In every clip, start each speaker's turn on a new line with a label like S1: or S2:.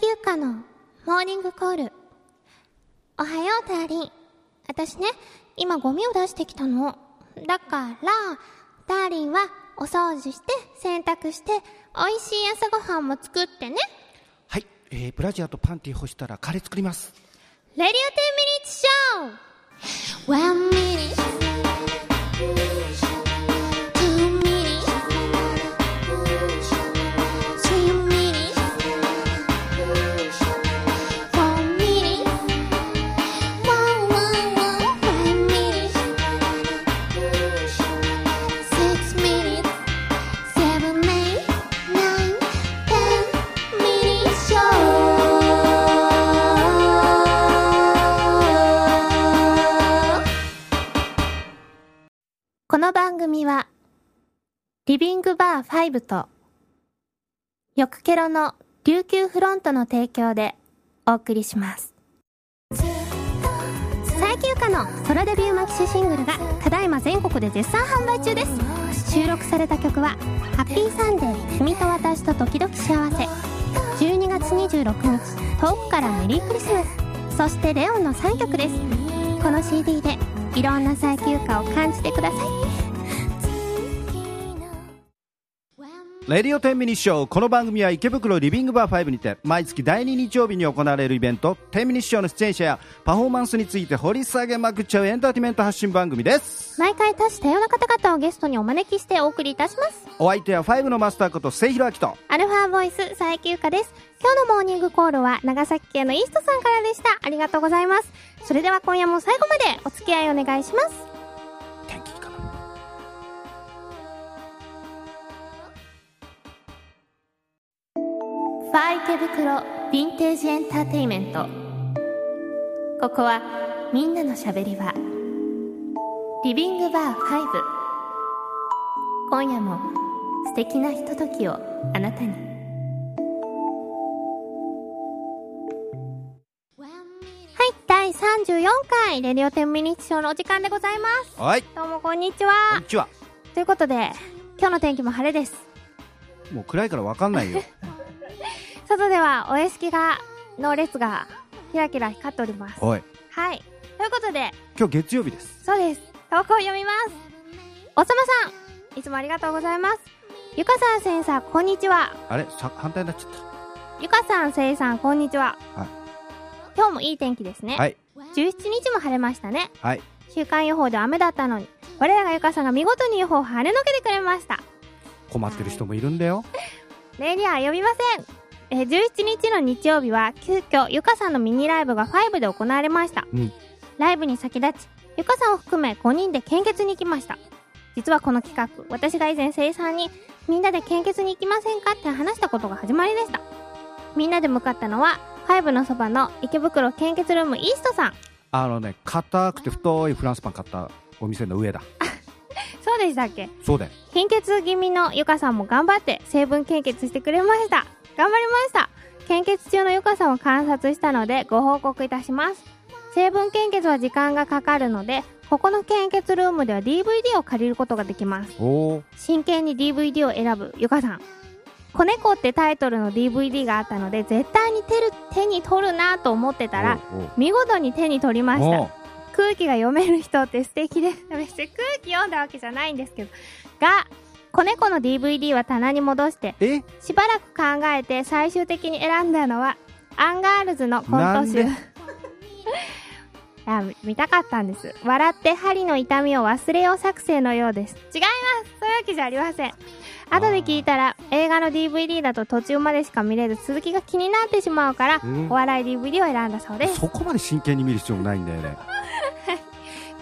S1: 休暇のモーニングコール。おはよう、ダーリン。私ね、今ゴミを出してきたの。だから、ダーリンはお掃除して、洗濯して、美味しい朝ごはんも作ってね。
S2: はい、えー、ブラジャーとパンティ干したらカレー作ります
S1: レディオ10ミニッツショー !1 ミニ
S3: Two minutes, three minutes, four minutes, one, one, one, five minutes, six minutes, seven, eight, nine, ten minutes show.
S1: この番組は、リビングバー5と、よくケロの琉球フロントの提供でお送りします。最休暇のソロデビューマキシシングルが、ただいま全国で絶賛販売中です。収録された曲は、ハッピーサンデー、君と私と時々幸せ、12月26日、遠くからメリークリスマス、そしてレオンの3曲です。この CD で、いろんな最休暇を感じてください。
S2: レディオ10ミニッショーこの番組は池袋リビングバー5にて毎月第2日曜日に行われるイベント10ミニッショーの出演者やパフォーマンスについて掘り下げまくっちゃうエンターテインメント発信番組です
S1: 毎回多種多様な方々をゲストにお招きしてお送りいたします
S2: お相手は5のマスターこと末広明と
S1: アルファボイス最休暇です今日のモーニングコールは長崎県のイーストさんからでしたありがとうございますそれでは今夜も最後までお付き合いお願いします
S2: 天気いいかな
S1: ファー池袋ヴィンテージエンターテイメントここはみんなのしゃべり場リビングバー5今夜も素敵なひとときをあなたにはい第34回レディオ10ミニッチショーのお時間でございます
S2: はい
S1: どうもこんにち
S2: こん
S1: は
S2: にちは
S1: ということで今日の天気も晴れです
S2: もう暗いから分かんないよ
S1: 外ではお屋敷がの列がキラキラ光っております
S2: おい
S1: はい。ということで、
S2: 今日月曜日です
S1: そうです。投稿を読みます。おつまさん、いつもありがとうございます。ゆかさん、せいさん、こんにちは。
S2: あれさ反対になっちゃっ
S1: ゆかさん、せいさん、こんにちは。
S2: はい
S1: 今日もいい天気ですね。
S2: たはい
S1: 17日も晴れましたね。
S2: はい
S1: 週間予報で雨だったのに、我らがゆかさんが見事に予報を跳ねのけてくれました。
S2: 困ってる人もいるんだよ
S1: 例には及びません。えー17日の日曜日は急遽ゆかさんのミニライブが5で行われました、
S2: うん
S1: ライブに先立ちゆかさんを含め5人で献血に行きました実はこの企画私が以前生産にみんなで献血に行きませんかって話したことが始まりでしたみんなで向かったのは5のそばの池袋献血ルームイーストさん
S2: あのね硬くて太いフランスパン買ったお店の上だ
S1: そうでしたっけ
S2: そうだよ
S1: 貧血気味のゆかさんも頑張って成分献血してくれました頑張りました献血中のゆかさんを観察したのでご報告いたします成分献血は時間がかかるのでここの献血ルームでは DVD を借りることができます
S2: おお
S1: 真剣に DVD を選ぶゆかさん「子猫」ってタイトルの DVD があったので絶対に手る手に取るなと思ってたら
S2: おうおう
S1: 見事に手に取りました
S2: おう
S1: 空気が読める人って素敵です別に空気読んだわけじゃないんですけどが子猫の DVD は棚に戻して
S2: え
S1: しばらく考えて最終的に選んだのはアンガールズのコント集
S2: ないんで
S1: や見たかったんです笑って針の痛みを忘れよう作成のようです違いますそういうわけじゃありません後で聞いたら映画の DVD だと途中までしか見れず続きが気になってしまうから
S2: うん
S1: お笑い DVD を選んだそうです
S2: そこまで真剣に見る必要もないんだよね。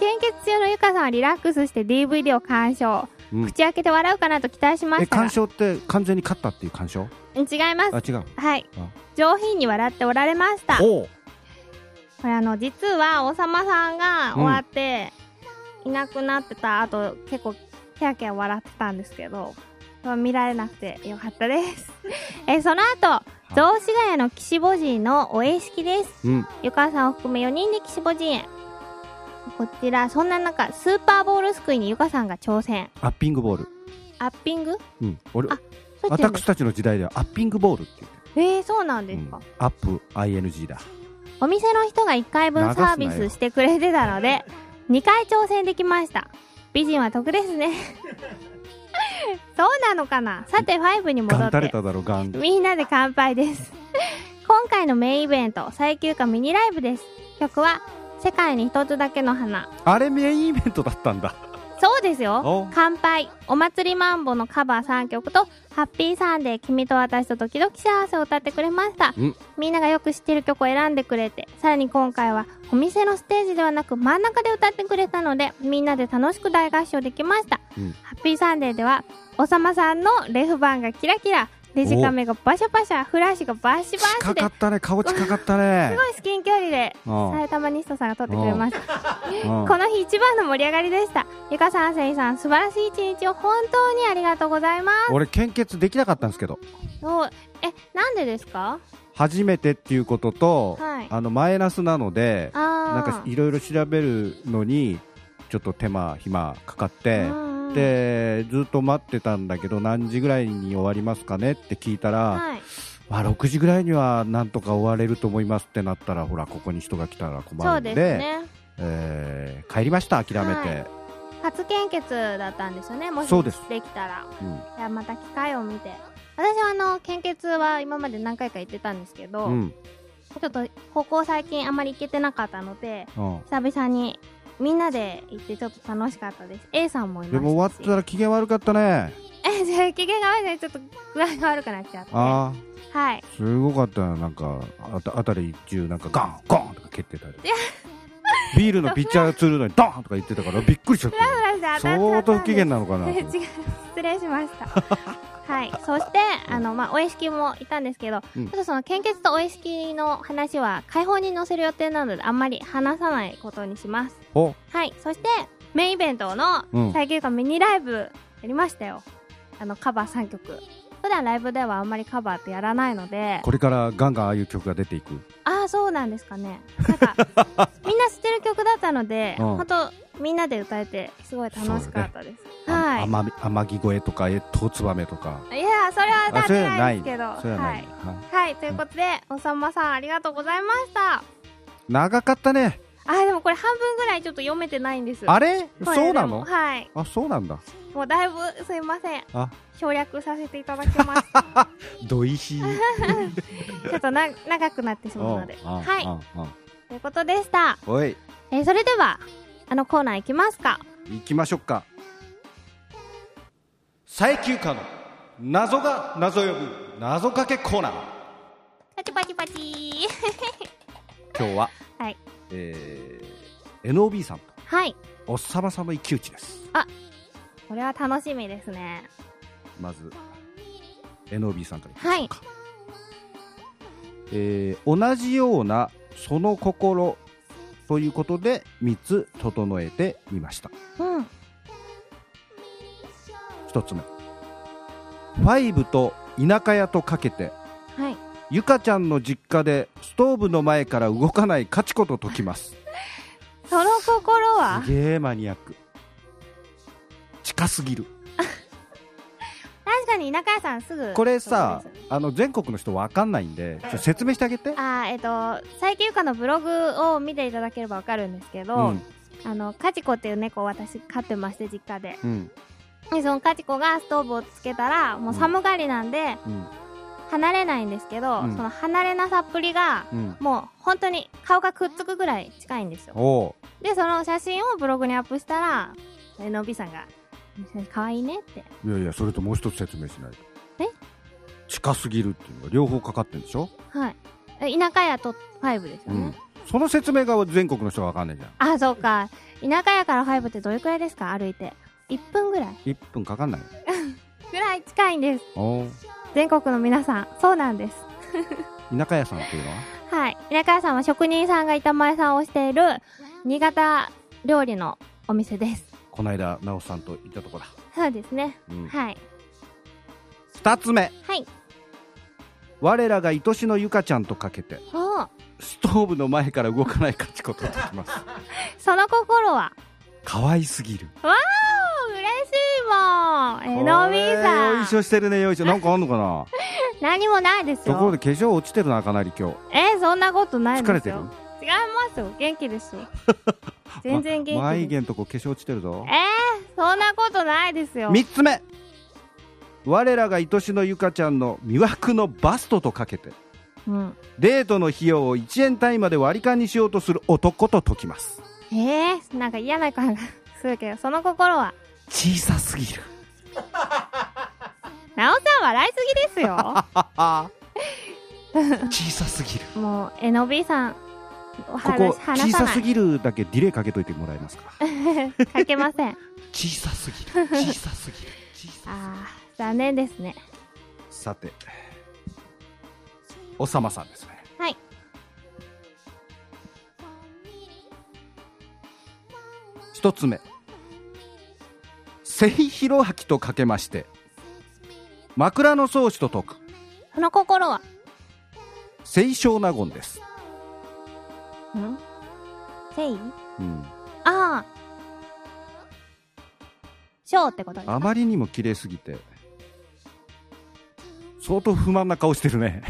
S1: 献血中のゆかさんはリラックスして DVD を鑑賞、
S2: うん
S1: 口開けて笑うかなと期待しま
S2: え、
S1: したが
S2: 鑑賞って完全に勝ったっていう鑑賞
S1: 違いま
S2: あ、
S1: す
S2: 違う。
S1: はい
S2: あ
S1: 上品に笑っておられましたこ
S2: おう
S1: れあの実は王様さんが終わって、いなくなってた後結構キャーキャー笑ってたんですけど見られなくてよかったです えその後
S2: い
S1: 雑司ヶ谷の岸墓寺のお屋敷です
S2: うん。
S1: ゆかさんを含め4人で岸墓陣へこちらそんな中スーパーボールすくいにゆかさんが挑戦
S2: アッピングボール。
S1: アッピング
S2: うん。俺
S1: あ、
S2: 私たちの時代ではアッピングボールって言って
S1: えー、そうなん
S2: う
S1: です
S2: ん
S1: か、
S2: アップ ING だ
S1: お店の人が1回分
S2: 流す
S1: サ
S2: なよ
S1: ービスしてくれてたので2回挑戦できました美人は得です ねそうなのかなさて5に戻
S2: ガン
S1: っ
S2: 垂れ
S1: て
S2: ただろガン
S1: みんなで乾杯です今回のメインイベント最休暇ミニライブです曲は「世界に一つだけの花
S2: あれメインイベントだったんだ」
S1: そうですよ
S2: お
S1: 「乾杯」「お祭りマンボ」のカバー3曲と「ハッピーサンデー君と私と時々幸せ」を歌ってくれました
S2: うん
S1: みんながよく知ってる曲を選んでくれてさらに今回はお店のステージではなく真ん中で歌ってくれたのでみんなで楽しく大合唱できました、
S2: うん
S1: ハッピーサンデーではおさまさんのレフ板がキラキラデジカメがバシャバシャフラッシュがバシバ
S2: 近
S1: シで
S2: かったね顔近かったね
S1: すごい至近距離で
S2: うん
S1: 埼玉ニストさんが撮ってくれました
S2: うん
S1: この日一番の盛り上がりでしたゆかさんせいさん素晴らしい一日を本当にありがとうございます
S2: 俺献血できなかったんですけど
S1: おえなんでですか
S2: 初めてっていうことと、
S1: はい
S2: あのマイナスなので
S1: あ
S2: な
S1: ー
S2: んかいろいろ調べるのにちょっと手間暇かかって
S1: うんうん
S2: でずっと待ってたんだけど何時ぐらいに終わりますかねって聞いたら、
S1: はい
S2: まあ、6時ぐらいにはなんとか終われると思いますってなったらほらここに人が来たら
S1: そ
S2: 困る
S1: うんで
S2: です
S1: ね
S2: えー帰りました諦めて、
S1: は初献血だったんですよねもし
S2: そうです
S1: できたら
S2: うん
S1: じゃあまた機会を見て私はあの献血は今まで何回か行ってたんですけど、
S2: うん
S1: ちょっとここ最近あまり行けてなかったので
S2: うん
S1: 久々にみんなで行ってちょっと楽しかったです A さんもいまし
S2: で
S1: たし
S2: も終わったら機嫌悪かったね
S1: えじゃあ機嫌が悪いちょっと具合が悪くなっちゃっては
S2: ああ
S1: い
S2: すごかったよなんかあたあたり中なんかガンゴンとか蹴ってたりビールのピッチャーが釣るのにドンとか言ってたからびっくりしちゃっ
S1: フ
S2: た
S1: ラフラして当たっちゃ
S2: 相
S1: った
S2: 当
S1: ん
S2: 不
S1: で
S2: 機嫌なのか な
S1: 違う失礼しま したはいそしてあのまあお屋敷もいたんですけど、
S2: うん
S1: ちょっとその献血とお屋敷の話は開放に載せる予定なのであんまり話さないことにします
S2: お
S1: はいそしてメインイベントの
S2: うん
S1: 最休暇ミニライブやりましたよ、あのカバー3曲普段ライブではあんまりカバーってやらないので
S2: これからガンガンああいう曲が出ていく
S1: ああそうなんですかねなんかみんな知ってる曲だったので、
S2: うん
S1: ほんとみんなで歌えてすごい楽しかったです、はい
S2: あ天海天城越えとかえとつばめとか
S1: いやそれは歌
S2: あ
S1: っ
S2: それ
S1: て
S2: は
S1: な
S2: ないい
S1: ですけど
S2: それは
S1: は
S2: ない
S1: い、
S2: は
S1: はい、ということで、おさんまさんありがとうございました
S2: い長かったね
S1: あーでもこれ半分ぐらいちょっと読めてないんです
S2: あれ
S1: これでも
S2: そうなの
S1: はい
S2: あそうなんだ
S1: もうだいぶすいません
S2: あ
S1: 省略させていただきました
S2: 土井ひ
S1: ちょっとな長くなってしまうのではい
S2: い
S1: ということでした、
S2: おい
S1: えーそれではあのコーナーいきますか
S2: 行きましょうか最休暇の謎が謎を呼ぶ謎かけコーナー
S1: パチパチパチー
S2: 今日は、
S1: はい
S2: えー、NOB さんと
S1: はい
S2: おっさまさんの一騎打ちです
S1: これは楽しみですね
S2: まず NOB さんからいきま
S1: は
S2: しょ
S1: いう
S2: か、えー同じようなその心ということで3つ整えてみました
S1: うん
S2: 1つ目ファイブと田舎屋とかけて
S1: はい
S2: ゆかちゃんの実家でストーブの前から動かないカチコと解きます
S1: その心は
S2: すげえマニアック近すぎる
S1: 確かに田舎屋さんすぐ
S2: これさ
S1: そうです
S2: あの全国の人わかんないんでちょっと説明してあげて
S1: あーえっ、と最休暇のブログを見ていただければわかるんですけど、
S2: うん
S1: あのカチコっていう猫を私飼ってまして実家で
S2: うん
S1: でそのカチコがストーブをつけたらもう寒がりなんで
S2: うん
S1: 離れないんですけど、
S2: うん
S1: その離れなさっぷりが
S2: うん
S1: もう本当に顔がくっつくぐらい近いんですよ
S2: おお
S1: でその写真をブログにアップしたらえのびさんが「可愛いね」って
S2: ういやいやそれともう一つ説明しないと
S1: え
S2: 近すぎるっていうのが両方かかってるんでしょ、
S1: はいえ田舎屋と5ですよね、
S2: その説明が全国の人がわかんないじゃん
S1: あそうか田舎屋から5ってどれくらいですか歩いて1分ぐらい
S2: 1分かかんない
S1: ぐらい近いんです
S2: おー
S1: 全国の皆さんそうなんです
S2: 田舎屋さんっていうのは
S1: はい田舎屋さんは職人さんが板前さんをしている新潟料理のお店です
S2: この間直さんと行ったとこだ、
S1: そうですね
S2: うん、
S1: はい
S2: 2つ目
S1: はい
S2: 我らが愛しのゆかちゃんとかけて
S1: おう
S2: ストーブの前から動かない勝ちことときます
S1: その心は
S2: 可愛すぎる
S1: わー嬉しいもんえのび
S2: これよい
S1: さ
S2: し
S1: ん
S2: ょしてるねよいしょなんかあんのかな
S1: 何もないです
S2: ところ
S1: よ
S2: で化粧落ちてるなかなり今日
S1: えそんなことないです
S2: 疲
S1: よ
S2: れてる
S1: 違いますよ元気です よ全然
S2: ま
S1: 元気で
S2: 眉
S1: す
S2: 毛のとこ化粧落ちてるぞ
S1: えー、そんなことないですよ
S2: 3つ目我らが愛しのゆかちゃんの魅惑のバストとかけて
S1: うん、
S2: デートの費用を1円単位まで割り勘にしようとする男と解きます
S1: えー、なんか嫌な感じがするけどその心は
S2: 小さすぎる
S1: なおさん笑いすぎです よ
S2: 小さすぎる
S1: もうえのびさんお
S2: こ
S1: 話
S2: こ小
S1: 話さ
S2: さ
S1: な
S2: す
S1: い
S2: ぎるだけディレイかけといてもらえますか
S1: かけませ ん
S2: 小さすぎる小さすぎる小さ
S1: あー残念ですね
S2: さておさまさんですね
S1: はい
S2: 1つ目背広履きとかけまして枕草子と解く
S1: その心は
S2: 清少納言です、
S1: んせい
S2: うん、
S1: ああ小ってことです
S2: あ
S1: か
S2: まりにも綺麗すぎて相当不満な顔してるね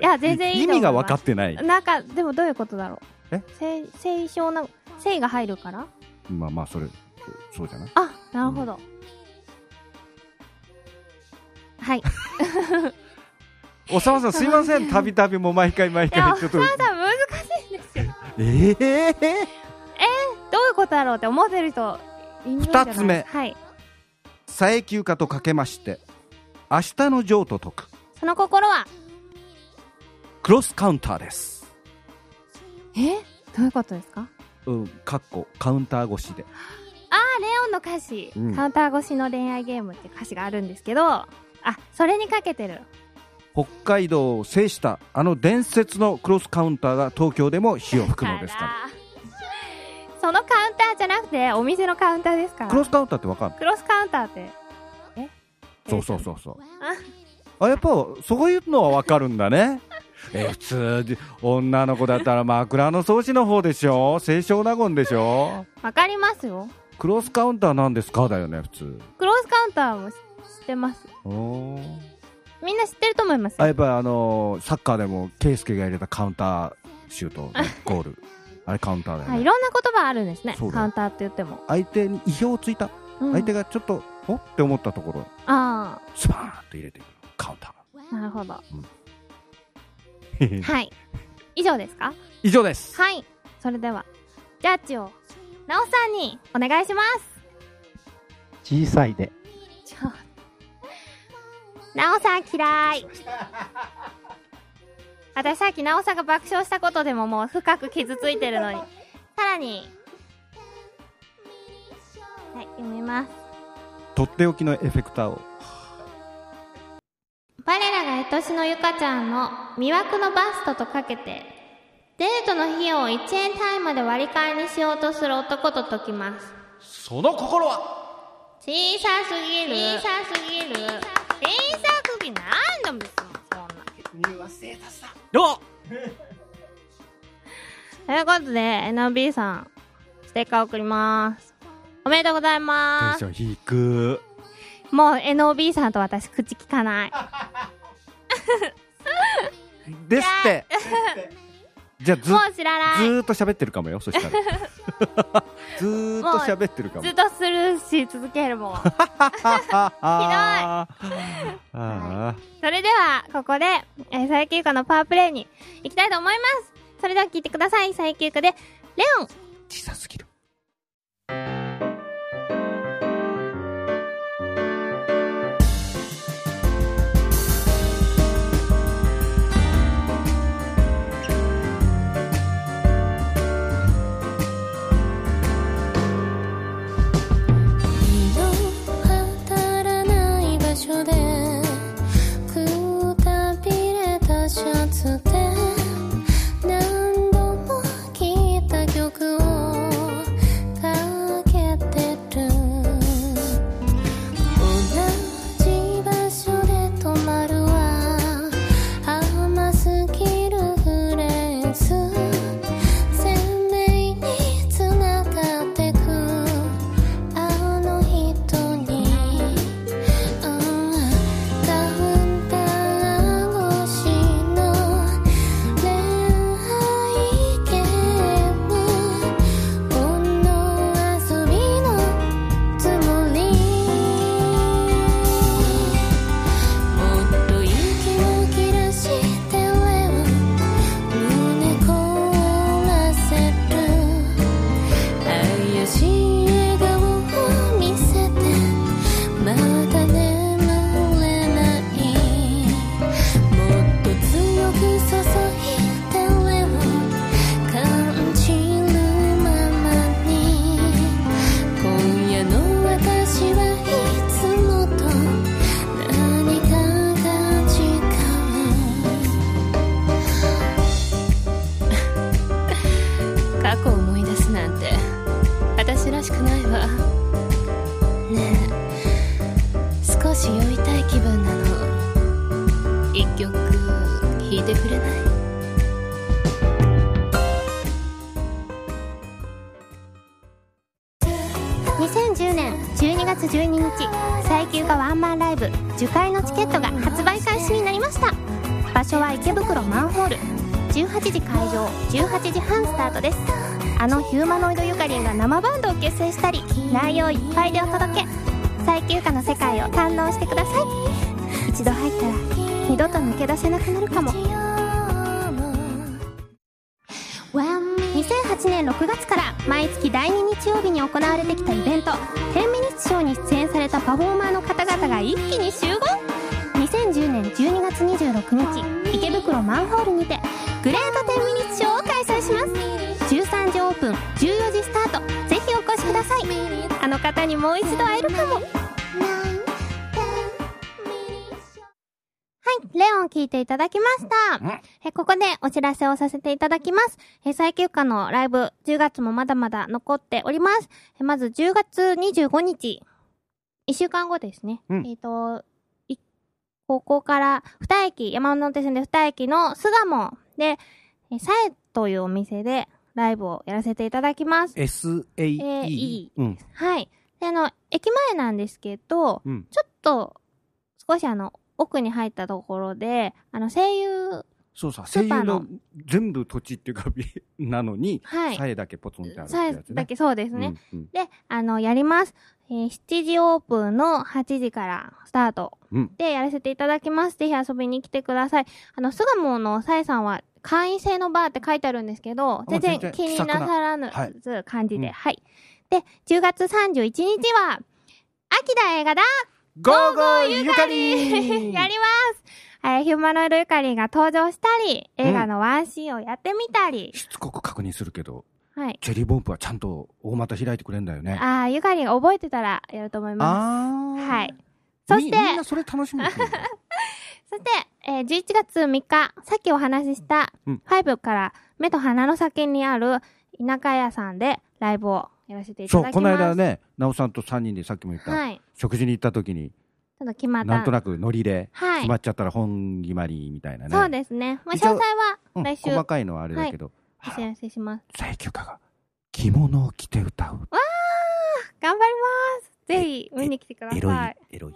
S1: いや全然いい
S2: 意
S1: と思
S2: 味
S1: い
S2: が
S1: ます
S2: 分かってない
S1: なんかでもどういうことだろう
S2: え
S1: せ清少なせいが入るから
S2: まあまあそれそうじゃない
S1: あなるほど、 はい
S2: おさまさんすいませんたびたびもう毎回毎
S1: いや
S2: 回ちょっと
S1: お母さん難しいんですよ
S2: ええ
S1: どういうことだろうって思ってる人いるんじゃない
S2: 二つ目
S1: はい
S2: 佐永休暇とかけまして明日の譲渡と解く
S1: その心は
S2: クロスカウンターです
S1: えどういうことですか
S2: うんかっこカウンター越しで
S1: あーレオンの歌詞、
S2: うん
S1: カウンター越しの恋愛ゲームって歌詞があるんですけどあそれにかけてる
S2: 北海道を制したあの伝説のクロスカウンターが東京でも火を吹くのですから
S1: あらーそのカウンターじゃなくてお店のカウンターですから
S2: クロスカウンターってわかんない
S1: クロスカウンターってえ
S2: そうそうそうそう
S1: あ
S2: あやっぱそういうのはわかるんだ ねえ普通で女の子だったら枕草子の方でしょ清少納言でしょ
S1: わかりますよ
S2: クロスカウンターなんですかだよね普通
S1: クロスカウンターも知ってます
S2: おー
S1: みんな知ってると思います
S2: あやっぱりあのーサッカーでも圭佑が入れたカウンターシュートねゴー ルあれカウンターだよ
S1: あい
S2: ね
S1: ろんな言葉あるんですね
S2: そうだよ
S1: カウンターって言っても、
S2: 相手に意表をついた
S1: うん
S2: 相手がちょっとおって思ったところ
S1: あ
S2: スパーンと入れていくカウンタ
S1: あなるほど
S2: ー
S1: はい以上ですか
S2: 以上です
S1: はいそれではジャッジをなおさんにお願いします
S4: 小さいで
S1: ちょなおさん嫌い私さっきなおさんが爆笑したことでももう深く傷ついてるのにさらにはい読みます
S2: とっておきのエフェクターを
S1: 我らが愛しのゆかちゃんの魅惑のバストとかけてデートの費用を1円単位まで割り勘にしようとする男と解きます
S2: その心は
S1: 小さすぎる小さすぎる小さすぎなんだ別にそんな
S2: どう
S1: ということで NB さんステッカー送りますおめでとうございま
S2: テンション低く
S1: すもう NOB さんと私口聞かない
S2: で すってじゃあず
S1: もう知ら
S2: ず
S1: ない
S2: ーっと喋ってるかもよそしたら ずーっと喋ってるかも
S1: ずっとスルーし続ける もん
S2: あああ
S1: それでは、ここで、えー、最休暇のパワープレイに行きたいと思います。それでは聞いてください。最休暇で、レオン
S2: 小さすぎる
S3: 当たらない場所でくたびれたシャツで何度も聴いた曲を聞いてくれない
S1: 2010年12月12日最休がワンマンライブ受会のチケットが発売開始になりました場所は池袋マンホール18時会場18時半スタートですあのヒューマノイドゆかりんが生バンドを結成したり内容いっぱいでお届け最休暇の世界を堪能してください一度入ったら二度と抜け出せなくなるかも2008年6月から毎月第2日曜日に行われてきたイベント「10ミニッツショー」に出演されたパフォーマーの方々が一気に集合2010年12月26日池袋マンホールにてグレート10ミニッツショーを開催します13時オープン14時スタートぜひお越しくださいあの方にもう一度会えるかもはい、レオン聞いていただきました。えここでお知らせをさせていただきます。え最休暇のライブ、10月もまだまだ残っております。えまず10月25日、1週間後ですね。
S2: うん
S1: えっ、と、いここから2駅、山手線で2駅の巣鴨で、えさえというお店でライブをやらせていただきます。
S2: SAE。うん。
S1: はい。で、あの、駅前なんですけど、
S2: うん
S1: ちょっと、少しあの、奥に入ったところで、あの、声優、
S2: そうさ、
S1: ス
S2: 声
S1: ーパ
S2: 優
S1: ーの
S2: の全部土地っていうか、なのに、
S1: はい。
S2: さえだけポツンってあるって
S1: さ
S2: や
S1: え
S2: つね。
S1: だけそうですね。
S2: うんうん
S1: で、あの、やります。えー7時オープンの8時からスタート
S2: うん
S1: でやらせていただきます。ぜひ遊びに来てください。あの、巣鴨のさえさんは会員制のバーって書いてあるんですけど、全
S2: 全
S1: 然
S2: 然
S1: 気になさらぬ
S2: 気さ
S1: 感じで、
S2: うん
S1: はい。で、10月31日は、秋だ映画だ
S2: ゴーゴーゆかり
S1: やります、えーヒューマノイドゆかりが登場したり、映画のワンシーンをやってみたり、
S2: しつこく確認するけど、
S1: はい。
S2: チェリーボンプはちゃんと大股開いてくれんだよね。
S1: あーゆかりが覚えてたらやると思います。
S2: あー
S1: はい。そして
S2: みみんなそれ楽しみ にしてるんだ
S1: そして、えー11月3日、さっきお話しした、フ
S2: うん
S1: ァイブから目と鼻の先にある田舎屋さんでライブをやらせていた
S2: そ
S1: だき
S2: う
S1: ます。
S2: この間。ねなおさんと3人でさっきも言った、
S1: はい。
S2: 食事に行った時に
S1: ちょっと決まった。
S2: なんとなくノリで
S1: はい
S2: 決ま。っちゃったら本決まりみたいなね
S1: そうですね。まあ、詳
S2: 一応
S1: 細は
S2: うん
S1: 来週
S2: 細かいのはあれだけど
S1: お知らせします。
S2: 最強歌が着物を着て歌
S1: 頑
S2: う
S1: 張りますぜひ見に来てくださ
S2: エ
S1: い。
S2: ロい
S1: はい。
S2: エ ロい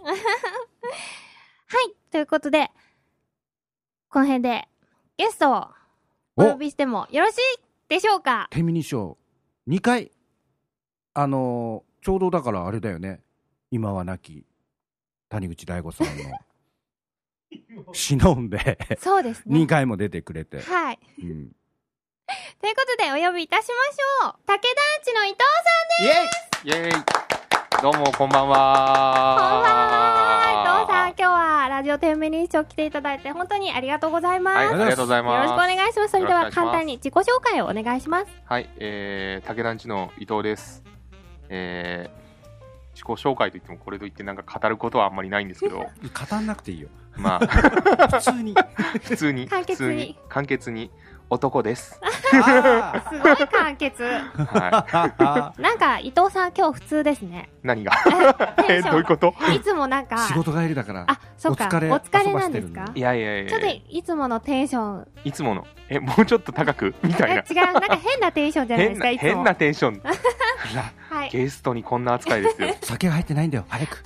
S1: ということで、この辺でゲストをお呼
S2: お
S1: びしてもよろしいでしょうか
S2: 天ミニ賞2回あのーちょうどだからあれだよね今は亡き谷口大悟さ んの忍んで
S1: そうです
S2: 2
S1: ね。
S2: 回も出てくれて、
S1: はい。
S2: うん
S1: ということでお呼びいたしましょう武団地の伊藤
S2: イエイ
S5: イェーイどうもこんばんは
S1: こんばんは。伊藤さん、今日はラジオ天命に一緒来ていただいて、本当にありがとうございます。
S5: はい、
S1: よ
S5: ありがとうございます
S1: ろしくお願いします。それでは
S5: よろしくお
S1: 簡
S5: 願いします
S1: 単に自己紹介をお願いします。
S5: はい、えー、竹団地の伊藤ですえー、自己紹介といってもこれといってなんか語ることはあんまりないんです けど
S2: 語んなくていい よ
S5: まあ
S2: 普通に
S5: 普通に
S1: 簡潔に
S5: 普通に簡潔に 男です
S2: あ
S1: すごい 簡潔。
S5: は
S2: ー
S1: なんか、伊藤さん今日普通ですね
S5: い。何が
S1: テ
S5: え
S1: ンシ
S5: どういう
S1: ョ
S5: こと
S1: ン。いつもなんか、
S2: 仕事帰りだから
S1: あ、そっか、
S2: お疲れ
S1: お疲れなんです
S2: 遊ば
S1: か
S2: せて
S1: ち
S5: いやいやい
S1: ょっと
S5: やい
S1: いつものテンション、
S5: つものえもうちょっと高くみたい
S1: え
S5: な
S1: 違う、なんか変なテンションじゃないで
S5: 変
S1: すか、
S5: な
S1: つ
S5: い
S1: も。
S5: 変なテ ンションら
S1: はい。
S5: ゲストにこんな扱いですよ
S2: 酒が入ってないんだよ早く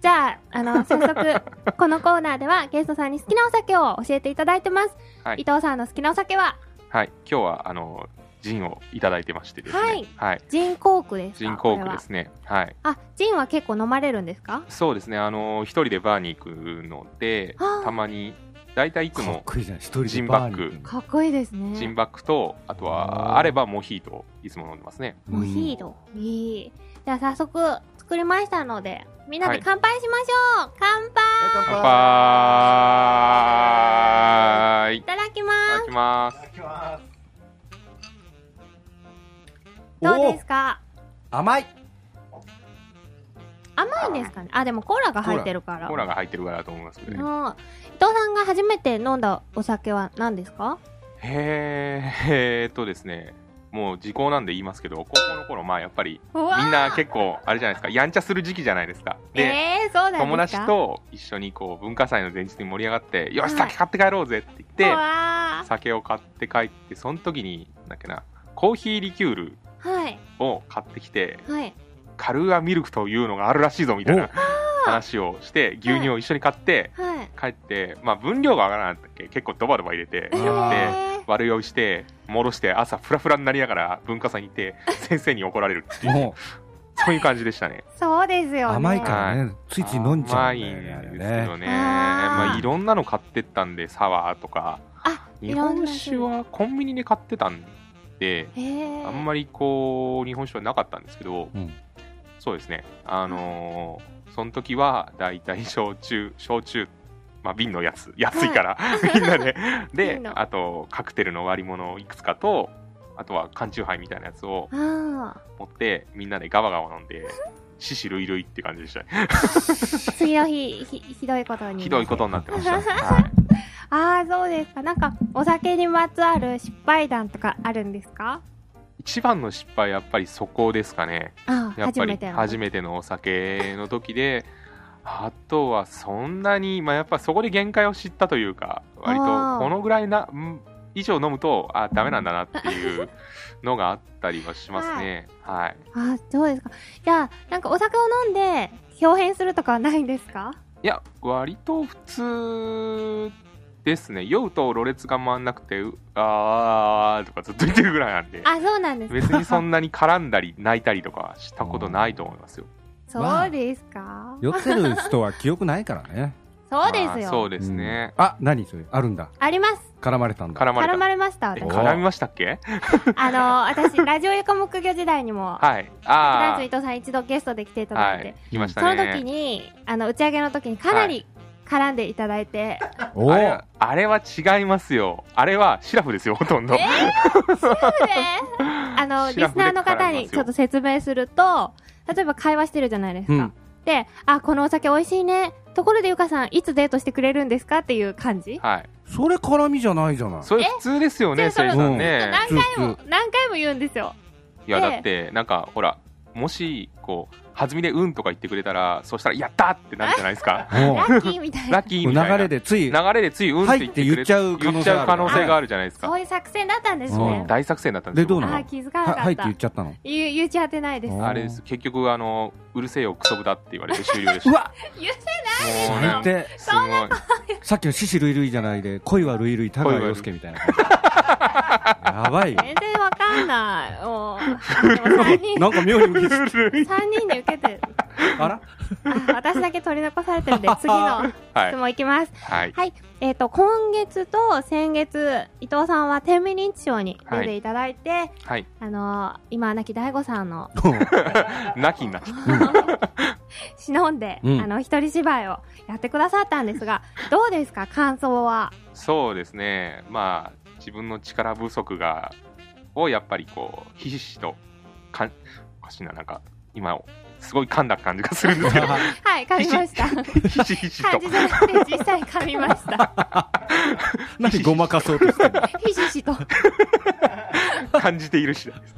S1: じゃあ、あ の、早速、このコーナーではゲストさんに好きなお酒を教えていただいてます。
S5: はい
S1: 伊藤さんの好きなお酒は、
S5: はい、今日はあのジンをいただいてましてですね。
S1: はい
S5: はい、
S1: ジンコークですか
S5: ジンコークで
S1: こ
S5: すね。はい、
S1: れはあ、ジンは結構飲まれるんですか
S5: そうですね。あの一人でバーに行くので
S1: あー、
S5: たまにだいたいいつ
S2: かっ
S5: も
S2: こいいじゃん一人で
S5: ジンバッグ
S2: バーに行く
S1: かっこいいですね。
S5: ジンバックとあと
S2: あー
S5: はあればモヒートをいつも飲んでますね。
S1: モヒート。いい。じゃあ早速、作りましたので、みんな
S5: は
S1: で
S5: い
S1: 乾杯しましょう、乾杯
S5: 乾杯。い
S1: いただきま
S5: ただきます。
S1: す。どうですすか
S2: 甘い
S1: 甘いんですかねあ、でもコーラが入ってるから。
S5: コーラが入ってるからだと思いますけどね。
S1: うん。伊藤さんが初めて飲んだお酒は何ですか
S5: へーえーっとですね。もう時効なんで言いますけど、高校の頃、まあやっぱり、
S1: うわー
S5: みんな結構、あれじゃないですか、やんちゃする時期じゃないですか。で、
S1: えー、そうなんですか
S5: 友達と一緒にこう、文化祭の前日に盛り上がって、よし、
S1: はい
S5: 酒買って帰ろうぜって言
S1: う
S5: って、
S1: わ
S5: 酒を買って帰って、その時に、なんだっけな、コーヒーリキュール
S1: ーはい
S5: を買ってきて、
S1: はい
S5: カルーアミルクというのがあるらしいぞみたいな話をして、牛乳を一緒に買って、
S1: はい
S5: 帰って、まあ分量が上がらなかったっけ結構ドバドバ入れて、やっ
S1: え
S5: て、
S1: ー
S5: 悪酔いして、戻して朝フラフラになりながら文化祭に行って、先生に怒られるっていう、
S2: も
S5: そういう感じでしたね。
S1: そうですよ
S2: う
S1: ね
S2: 甘いからね、ついつい飲んじゃうんだよねあ
S5: 甘い
S2: れ
S5: んですよ
S2: ね。
S1: あ
S5: ね。
S1: ー
S5: まあいろんなの買ってったんで、サワーとか。
S1: あ
S5: 日
S1: いろん
S5: 本
S1: な
S5: 酒はコンビニで買ってたんで、
S1: えー、
S5: あんまりこう、日本酒はなかったんですけど、
S2: うん
S5: そうですね。あのーその時は、だいたい焼酎、焼酎、まあ、瓶のやつ、安いから、みん なで。で
S1: 瓶、の
S5: あと、カクテルの割り物をいくつかと、あとは缶チューハイみたいなやつを
S1: あ
S5: 持って、みんなでガバガバ飲 んで、獅子類類って感じでしたね。
S1: ー次の日 ひひどいことに
S5: ひどいことになって ました。はい
S1: ああそうですかなんかお酒にまつわる失敗談とかあるんですか
S5: 一番の失敗、やっぱりそこですかね。
S1: あー
S5: やっぱ
S1: 初
S5: り
S1: めての
S5: 初めてのお酒の時で、あとはそんなに、まあ、やっぱそこで限界を知ったというか、割と
S1: あー
S5: このぐらいなん以上飲むと、あ、ダメなんだなっていうのがあったりはしますね。はい。
S1: あそうですかじゃあなんかお酒を飲んで表変するとかはないんですか
S5: いや、割と普通ですね。酔うとろれつが回んなくて、うあーとかずっと言ってるぐらいなんで、
S1: あそうなんですか
S5: 別にそんなに絡んだり泣いたりとかはしたことないと思いますよ。
S1: そうですか
S2: 酔ってる人は記憶ないからね。
S1: そうです
S5: ま
S1: よ
S5: あそうですね。
S2: うん。あ、何それあるんだ。
S1: あります
S2: 絡まれたんだ。
S5: 絡まれ
S1: 絡ま
S5: た。
S1: れました
S5: え
S1: 私
S5: 絡みましたっけ
S1: あの私ラジオ横目魚時代にも
S5: はい。
S1: 桜
S5: あ
S1: 井伊藤さん一度ゲストで来ていた
S5: あ。
S1: だ
S5: はい
S1: て
S5: い。来まし
S1: そ
S5: た
S1: の
S5: ね。
S1: 時にあの打ち上げの時にかなり絡んでいただいて
S2: お
S5: あれ
S2: ー
S5: はあれは違いますよ。あれはシラフですよ、ほとんど。
S1: であの、リス
S5: シラフで
S1: ナーの方にちょっと説明すると、例えば会話してるじゃないですか。
S2: うん
S1: で、あ、このお酒美味しいね。ところでゆかさん、いつデートしてくれるんですかっていう感じ
S5: はい。
S2: それ絡みじゃないじゃない。
S5: それ普通ですよ
S1: え
S5: ね、
S1: そ
S5: せ
S1: れ
S5: いさんね。
S1: 何
S2: 普
S1: 回も
S2: 通、
S1: 何回も言うんですよ。
S5: いや、だって、なんか、ほら、もし、こう、弾みでうんとか言ってくれたら、そしたら、やったーってなるじゃないで すか。
S2: も
S1: ラッキーみたいな
S5: ラ。ッキー
S2: う
S5: みたいな。
S2: 流れ。でつい、
S5: 流れでついうんって言ってくれ
S2: はいって言っちゃう可能性ある
S5: 言っちゃう可能性があるじゃないです
S1: そ
S5: か。
S1: ういう作戦だったんです
S2: う
S1: ね
S2: ん。
S5: 大作戦だったんです
S2: で、
S5: よ。
S2: どう
S1: あ
S2: なの
S1: ー気づかな
S2: は
S1: か
S2: はい
S1: っ
S2: って
S1: た
S2: 言っ。ちゃったの。
S1: ゆ言うち当てないです。
S2: お
S1: 言
S2: ー
S5: あれです。結局、あの、うるせえよ、クソ豚って言われて終了でした。
S2: うわ
S1: せ
S2: そ
S5: もう
S2: れ
S5: ね
S2: って、
S5: すごい。
S2: さっきの獅子類類じゃないで、恋は類類、田川陽介みたいな 感じ。やばいよ。
S1: 全然わかんない。もう、3人、
S2: なんか妙に無理して
S1: 三人で受けて、
S2: あ ら
S1: あ 私だけ取り残されてるんで、次の
S5: は
S1: 質
S5: い。
S1: 問いきます。
S5: はい。
S1: はい、えっ、と、今月と先月、伊藤さんは天秤認知症に出ていただいて、
S5: はい。
S1: あのー今は亡き大悟さん の
S5: なきになっちゃっ
S1: 忍んで、
S2: うん
S1: あの、一人芝居をやってくださったんですが、どうですか感想は。
S5: たそうですねまあ自分の力不足がをやっぱりこうひしひしとかんおかしいななんか今すごい噛んだ感じがするんですけど
S1: はい、噛みました。
S5: ひしひしと
S1: 感じじゃなくて、実際 噛みました。
S2: 何ごまかそうとしてる の
S1: ひしひしと。
S5: 感じている次 第です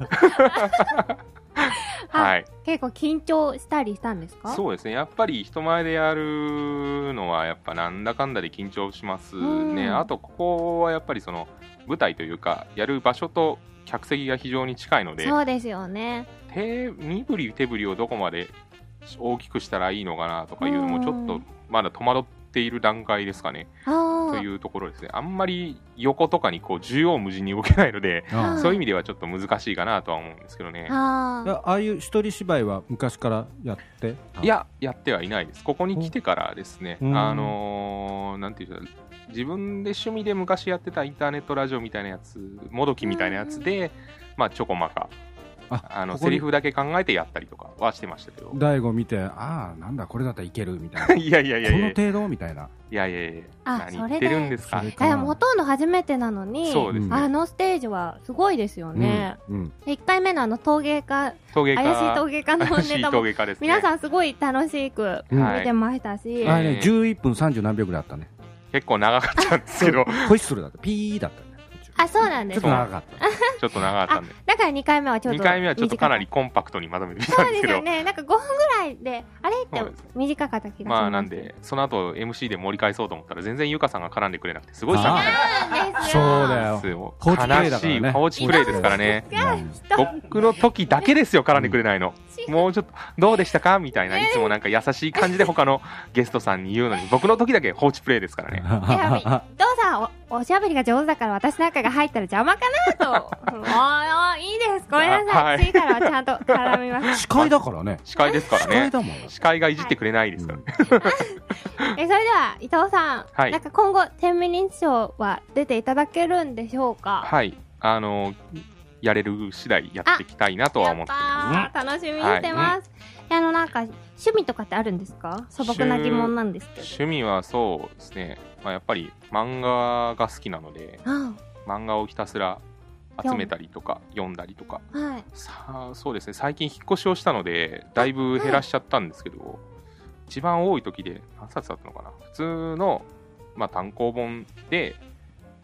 S5: はい
S1: 結構緊張したりしたんですか
S5: そうですねやっぱり人前でやるのはやっぱなんだかんだで緊張しますね
S1: うん
S5: あとここはやっぱりその舞台というかやる場所と客席が非常に近いので
S1: そうですよね。
S5: 手身振り手振りをどこまで大きくしたらいいのかなとかいうのもちょっとまだ戸惑っている段階ですかね、
S1: あ
S5: と
S1: ー
S5: いうところですねあんまり横とかにこう縦横無尽に動けないので、
S1: あ
S2: あ
S5: そういう意味ではちょっと難しいかなとは思うんですけどね
S1: あー
S2: あああいう一人芝居は昔からやって
S5: いややってはいないですここに来てからですね
S2: うん
S5: あのーなんていうんですか自分で趣味で昔やってたインターネットラジオみたいなやつもどきみたいなやつで、まあちょこまか
S2: あ
S5: あの
S2: ここ
S5: セ
S2: に
S5: リフだけ考えてやったりとかはしてましたけど
S2: 大悟見てああなんだこれだったらいけるみたいな
S5: いやいやいやいやいや
S2: この程度みたいない
S5: やいやいや、
S1: あ
S5: 何言ってるんですか
S2: そ。れ
S1: いや、ほとんど初めてなのに、
S5: そうですね。
S1: あのステージはすごいですよね。
S2: うんうん
S1: 一回目のあの陶芸家、
S5: 陶芸家。
S1: 怪しい陶芸家の
S5: 怪し
S1: ネ
S5: い
S1: タ
S5: 陶
S1: も、
S5: 芸家ですね。
S1: 皆さんすごい楽しく
S2: うん
S5: は
S1: 見てましたし、
S5: は
S2: あ
S5: い
S2: れね11分30何秒ぐらいあったね
S5: 結構長かったんですけど、
S2: ホイッスルだったピーだったね途中
S6: あ、そうなんで
S2: ちょ
S6: す
S2: っと長かった。
S5: ちょっと長かったんで。
S6: だから2回目はちょっと
S5: 2回目はちょっとかなり
S6: 短
S5: コンパクトにまとめてみ
S6: か
S5: た
S6: った
S5: ん
S6: そうです
S5: で
S6: す
S5: け
S6: よ
S5: ど、
S6: ねなんか5分ぐらいであれ
S5: そ
S6: っ
S5: う
S6: て
S5: です
S6: 短かった気がします
S5: まあなんで、その後 MC で盛り返そうと思ったら、全然ゆかさんが絡んでくれなくて、すごい
S2: あ
S5: 寂
S2: あ
S5: し
S6: な
S5: い
S6: んです
S2: そう
S6: よ
S2: だ
S5: で
S2: よ
S5: す。よ。
S2: コーチプレイだ
S5: 悲
S2: から
S5: し
S2: ね
S5: い、コーチプレイですからね。
S6: 人
S5: 僕の時だけですよ、絡んでくれないの。もうちょっと、どうでしたかみたいな、いつもなんか優しい感じで他のゲストさんに言うのに、僕の時だけ放置プレイですからね。
S6: いや伊藤さんおおしゃべりが上手だから私なんかが入ったら邪魔かな とおーおーいいですごめんなさい、
S5: はい
S6: 次からはちゃんと絡みます
S2: 司会だからね。
S5: 司会ですから
S2: 司会
S5: ね。
S2: だもん。
S5: 司会がいじってくれないですからね。
S6: えそれでは伊藤さん、
S5: はい
S6: なんか今後天秤認知賞は出ていただけるんでしょうか、
S5: はい。あの、やれる次第やっていきたいなとは思って
S6: やっぱー楽しみにしてます、えあのなんか趣味とかってあるんですか素朴な疑問なんですけど
S5: 趣味はそうですね、まあ、やっぱり漫画が好きなので
S6: あ
S5: 漫画をひたすら集めたりとか読んだりとか
S6: はい
S5: さあそうですね最近引っ越しをしたのでだいぶ減らしちゃったんですけど、一番多い時で何冊だったのかな普通の、まあ、単行本で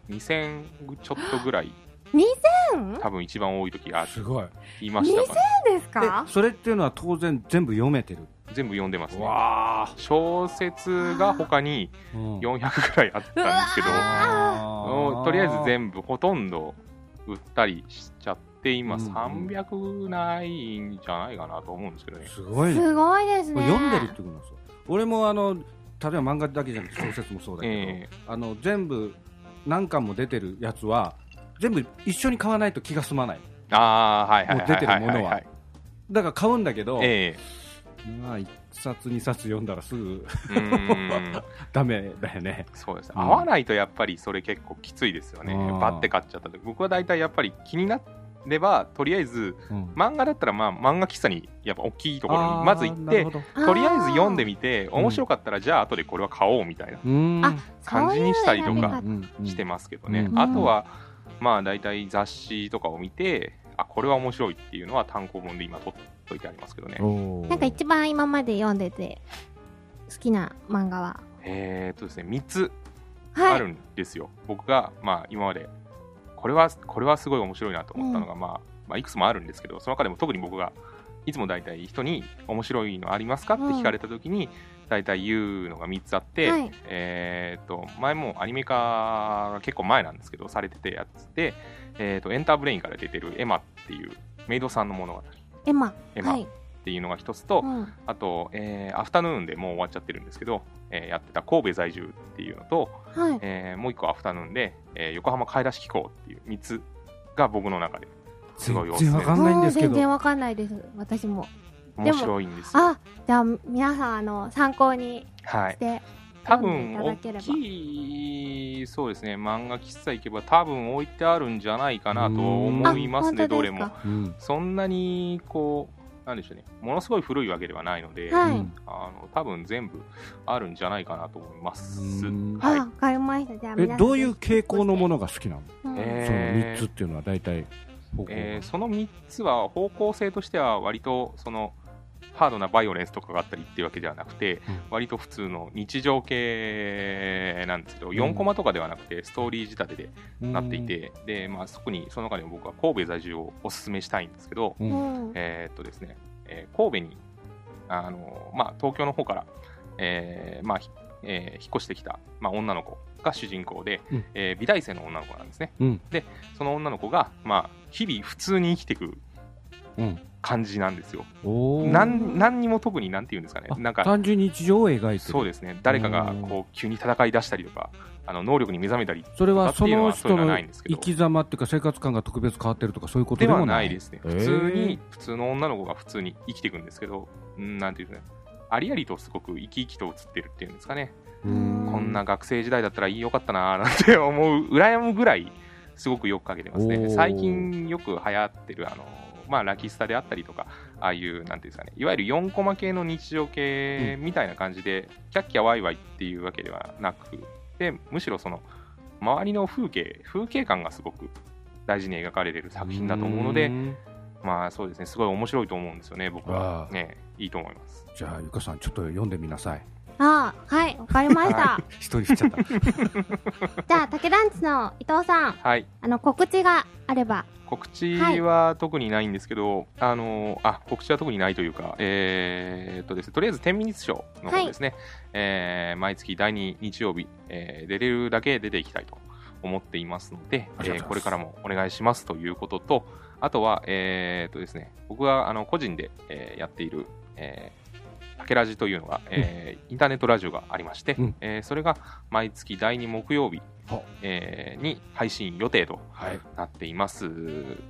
S5: 2000ちょっとぐらい
S6: 2000?
S5: 多分一番多い時があって
S2: すごい。
S5: 言いましたから
S6: です
S2: え
S6: か
S2: それっていうのは当然全部読めてる。
S5: 全部読んでますね
S2: わあ。
S5: 小説が他に
S2: うん
S5: 400ぐらいあったんですけどもうとりあえず全部ほとんど売ったりしちゃって今
S2: うん
S5: 300ないんじゃないかなと思うんですけどね、
S2: すごいね。
S6: すごいです
S2: こ
S6: ね
S2: れ読んでるってことなんですよ。俺もあの例えば漫画だけじゃなくて小説もそうだけど、
S5: ええ
S2: あの全部何巻も出てるやつは全部一緒に買わないと気が済まない。
S5: ああはいはいはいはいはい
S2: もう出てるものはだから買うんだけど、
S5: え
S2: まあ一冊二冊読んだらすぐ
S5: えうーん
S2: ダメだよね。
S5: そうです
S2: うん
S5: 合わないとやっぱりそれ結構きついですよね
S2: うん
S5: バッて買っちゃった時僕は大体やっぱり気になればとりあえず
S2: うん
S5: 漫画だったらまあ漫画喫茶にやっぱ大きいところ
S2: あー
S5: にまず行っ
S2: なる
S5: て
S2: ほど
S5: とりあえず読んでみて面白かったらじゃあ後でこれは買おうみたいな
S2: うーん
S6: あ
S5: 感じにしたりと
S6: そういう選び
S5: か
S6: 方
S2: うんうん
S5: してますけどね、
S2: うん
S5: あとはまあ大体雑誌とかを見てあこれは面白いっていうのは単行本で今取っといてありますけどね
S2: おー
S6: なんか一番今まで読んでて好きな漫画は
S5: えー、っとですね3つ
S6: は
S5: あ
S6: い
S5: るんですよ、僕がまあ今までこれはこれはすごい面白いなと思ったのが、まあ、まあいくつもあるんですけどその中でも特に僕がいつも大体人に面白いのありますかって聞かれた時に、大体言うのが3つあって、
S6: はい
S5: えーっと前もアニメ化が結構前なんですけどされてたやつで、えーっとエンターブレインから出てるエマっていうメイドさんの物語っ
S6: エマ
S5: エマ
S6: はい
S5: ていうのが一つと、
S6: うん
S5: あと、えーアフタヌーンでもう終わっちゃってるんですけど、えーやってた神戸在住っていうのと、
S6: はい
S5: えーもう一個アフタヌーンで、えー横浜買い出し機構っていう3つが僕の中ですごいおすす
S2: 全然わ
S5: め
S2: かんないんですけ
S6: もう全
S2: ど。
S6: 然わかんないです私も
S5: 面白いんですよ。
S6: あじゃあ皆さんあの参考に
S5: は
S6: し
S5: い、
S6: て
S5: 多
S6: 読んでい
S5: 分
S6: ただ
S5: 大
S6: ければ
S5: きいそうですね漫画喫茶行けば多分置いてあるんじゃないか
S2: あ
S5: なと思いますね
S6: 本当
S5: ど
S6: で
S5: れ
S6: すか
S5: も。
S2: うん
S5: そんなにこうなんでしょうねものすごい古いわけではないので、
S6: はい
S2: うん
S5: あの多分全部あるんじゃないかなと思います。
S2: うん
S6: あ
S5: はい
S6: わかりましたじゃあ
S2: え
S6: 皆さん
S2: どういう傾向のものが好きな
S6: う
S2: の？
S6: ん
S2: その三
S5: えー
S2: つっていうのは大体方向が。
S5: えーその3つは方向性としては割とそのハードなバイオレンスとかがあったりっていうわけではなくて、
S2: うん
S5: 割と普通の日常系なんですけ
S2: ん
S5: ど、4コマとかではなくてストーリー仕立てで
S2: うん
S5: なってい。て、でまあ、そこにその中でも僕は神戸在住をおすすめしたいんですけど、
S2: うん
S6: うん
S5: えーっとですね、えー神戸にあの、まあ、東京の方から、えーまあひえー引っ越してきた、まあ、女の子が主人公で、
S2: うん
S5: えー美大生の女の子なんですね、
S2: うん
S5: でその女の子が、まあ、日々普通に生きていく
S2: うん。
S5: 感じなんですよ
S2: おお。
S5: なん何にも特になんて言うんですかね
S2: あ
S5: なんか
S2: 単純に日常を描いてる。
S5: そうですね誰かが
S2: うん
S5: こう急に戦い出したりとかあの能力に目覚めたり
S2: それはその
S5: とかってい
S2: 人
S5: うのはそういうのは
S2: の
S5: ないんですけど
S2: 生き様っていうか生活感が特別変わってるとかそういうこと
S5: で
S2: で
S5: は
S2: も
S5: な
S2: ない
S5: いですね普通に普通の女の子が普通に生きていくんですけどうんなんていうんですかねありありとすごく生き生きと映ってるっていうんですかね
S2: こ
S5: こんな学生時代だったらいいよかったなーなんて思う、羨むぐらい、すごくよくかけてます
S2: お
S5: ね。
S2: ー
S5: 最近よく流行ってる、あの、まあ、ラキスタであったりとか、ああいう、なんていうんですかね、いわゆる4コマ系の日常系みたいな感じで、キャッキャワイワイっていうわけではなくて、むしろその、周りの風景、風景感がすごく大事に描かれてる作品だと思うので、まあそうですね、すごい面白いと思うんですよね、僕は
S2: あ。ー
S5: ね、いいと思います。
S2: じゃあゆかさんちょっと読んでみなさい
S6: ああ、はい、わかりました
S5: は。
S2: 一人振っちゃった。
S6: じゃあ、竹団地の伊藤さん、
S5: はい。
S6: あの、告知があれば。
S5: 告知は特にないんですけど、あのあ告知は特にないというか、えーっとですね、とりあえず10ミニッツショーの方ですね、えー毎月第2日曜日、えー出れるだけ出ていきたいと思っていますので、
S2: ありがと
S5: え
S2: うございます
S5: ーこれからもお願いしますということと、あとは、えーっとですね、僕があの個人で、えーやっている、えー、タケラジというのが、えーインターネットラジオがありまして、
S2: うん
S5: えーそれが毎月第2木曜日
S2: は、
S5: えーに配信予定と
S2: はい。
S5: なっています。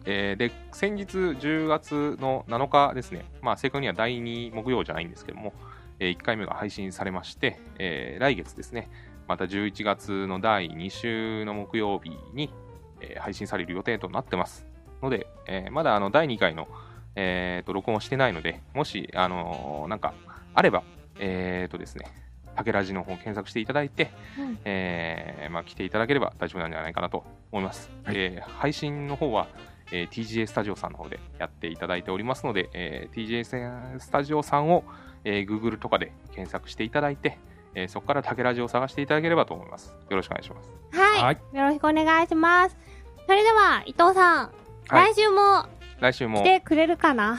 S5: えーで、先日10月の7日ですね、まあ、正確には第2木曜じゃないんですけども、え1回目が配信されまして、えー来月ですね、また11月の第2週の木曜日に、えー配信される予定となってます。ので、えーまだあの第2回の、えーと録音をしてないので、もし、あのーなんかあれば、えーとですね、竹ラジの方検索していただいて、
S6: うん
S5: えーまあ、来ていただければ大丈夫なんじゃないかなと思います。えー配信の方は、えー TGA スタジオさんの方でやっていただいておりますので、えー TGA スタジオさんを、えー Google とかで検索していただいて、えーそこから竹ラジを探していただければと思います。よろしくお願いします。
S6: はい。
S2: はい
S6: よろしくお願いします。それでは、伊藤さん、
S5: はい
S6: 来週も
S5: 来週
S6: 来
S5: も
S6: てくれるかな、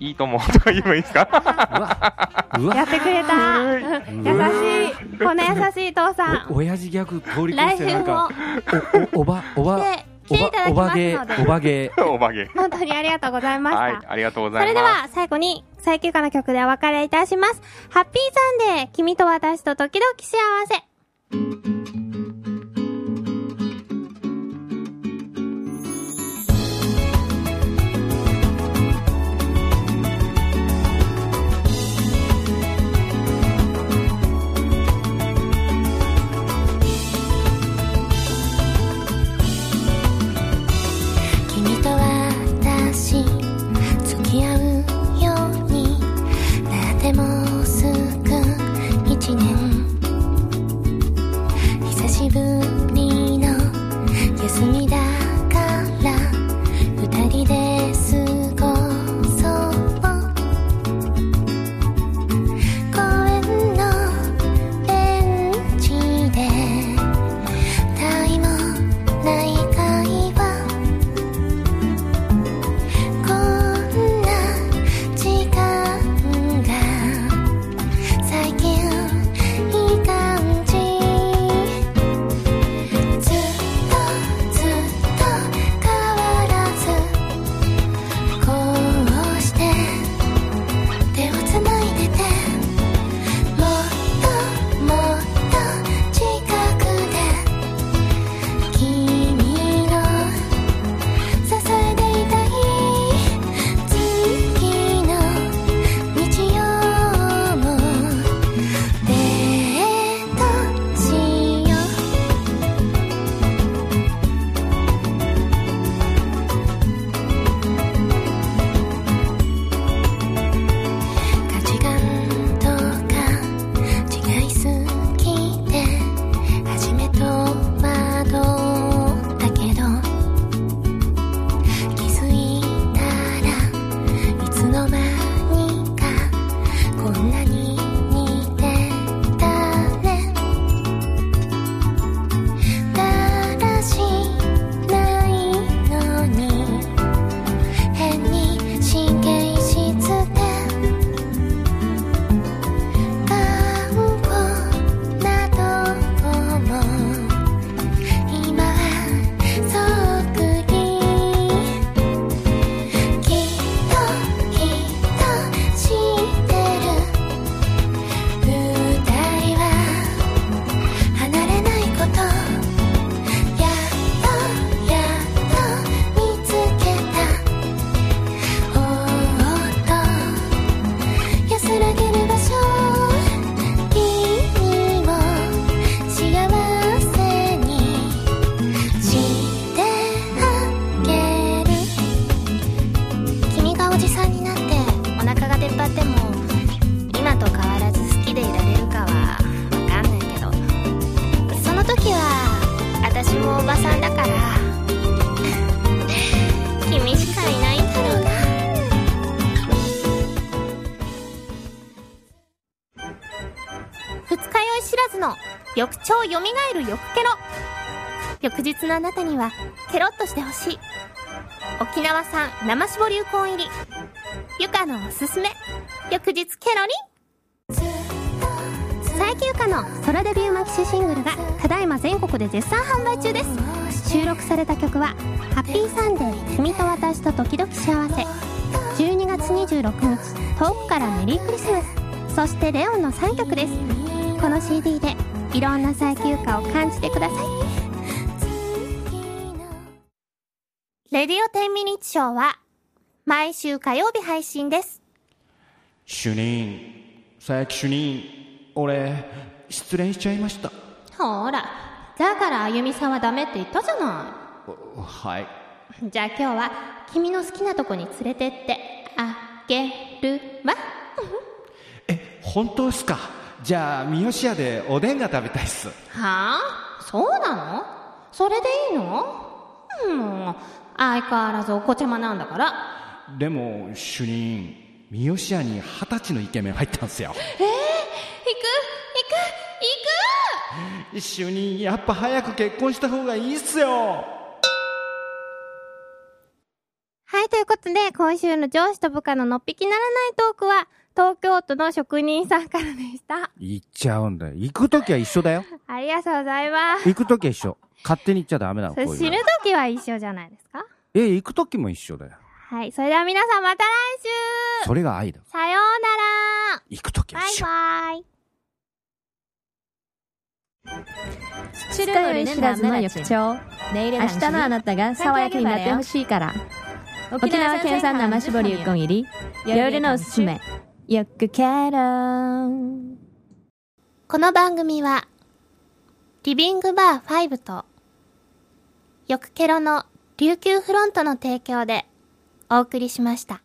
S5: いいと思うとか言えばいいですか
S2: うわ。うわ。
S6: やってくれた。優しい。この優しい伊藤さん。
S7: お親父ギャグ通り越
S6: 来
S7: して
S6: 週
S7: な
S6: も
S7: んかおおおばおば
S6: 来て、
S7: お
S6: 来てい
S7: ば
S6: ただき
S7: お
S6: ま
S7: ば
S6: す
S7: げ
S6: ので、
S7: おばげ
S5: おばげ。
S6: 本当にありがとうございました。
S5: はい、ありがとうござい
S6: それ
S5: ます。
S6: では最後に最休暇の曲でお別れいたします。ハッピーサンデー、君と私と時々幸せ。
S3: 君と私付き合うようになってもうすぐ一年久しぶりの休みだから二人で過ごそう公園のベンチでたいもない会話こんな時間が最近いい感じずっとずっと変わらずこうして手をつないでてもっともっと近くで君の「支えていたい」「月の日曜もデートしよう」「価値観とか違いすぎて」「初めと惑ったけど」気づいたらいつの間にかこんなに似てたねだらしないのに変に神経質で頑固なとこも今はそっくりきっときっと知ってる舞台は離れないことやっとやっと見つけたおっと安らげる場所君を幸せにしてあげる君がおじさんになってお腹が出っ張っても今と変わらず好きでいられるかは分かんないけどその時は私もおばさんだから 君しかいないんだろうな
S1: 翌朝よみがえる翌ケロ翌日のあなたにはケロッとしてほしい沖縄産生搾流行入りゆかのおすすめ翌日ケロリン最休暇のソラデビューマキシシングルがただいま全国で絶賛販売中です収録された曲は「ハッピーサンデー君と私と時々幸せ」12月26日遠くからメリークリスマスそしてレオンの3曲ですこの CD でいろんな最休暇を感じてくださいレディオ10ミニッツショーは毎週火曜日配信です
S2: 主任佐伯主任俺失恋しちゃいました
S8: ほらだからあゆみさんはダメって言ったじゃな
S2: はい
S8: いじゃあ今日は君の好きなとこに連れてってあげるわ
S2: 本当ですかじゃあ三好屋でおでんが食べたいっす
S8: はあそうなのそれでいいのもう相変わらずお子ちゃまなんだから
S2: でも主任三好屋に二十歳のイケメン入ったんすよ
S8: 行く行く行
S2: 主任やっぱ早く結婚した方がいいっすよ
S6: はい、ということで、今週の上司と部下ののっぴきならないトークは、東京都の職人さんからでした。
S2: 行っちゃうんだよ行く時は一緒だよ
S6: ありがとうございます。
S2: 行く時は一緒勝手に行っちゃダメなの
S6: それ
S2: こう
S6: 死
S2: いう
S6: ぬ
S2: の
S6: 時は一緒じゃないですか
S2: え行く時も一緒だよ
S6: はい、それでは皆さんまた来週
S2: それが愛だ
S6: さようなら
S2: 行く時は
S6: バ
S2: 一緒
S6: イバイ
S9: 知る知らずの翌朝明日のあなたが爽やかになってほしいから沖縄県産生搾りうこん入り夜のおすすめよくケロン
S1: この番組はリビングバー5とよくケロの琉球フロントの提供でお送りしました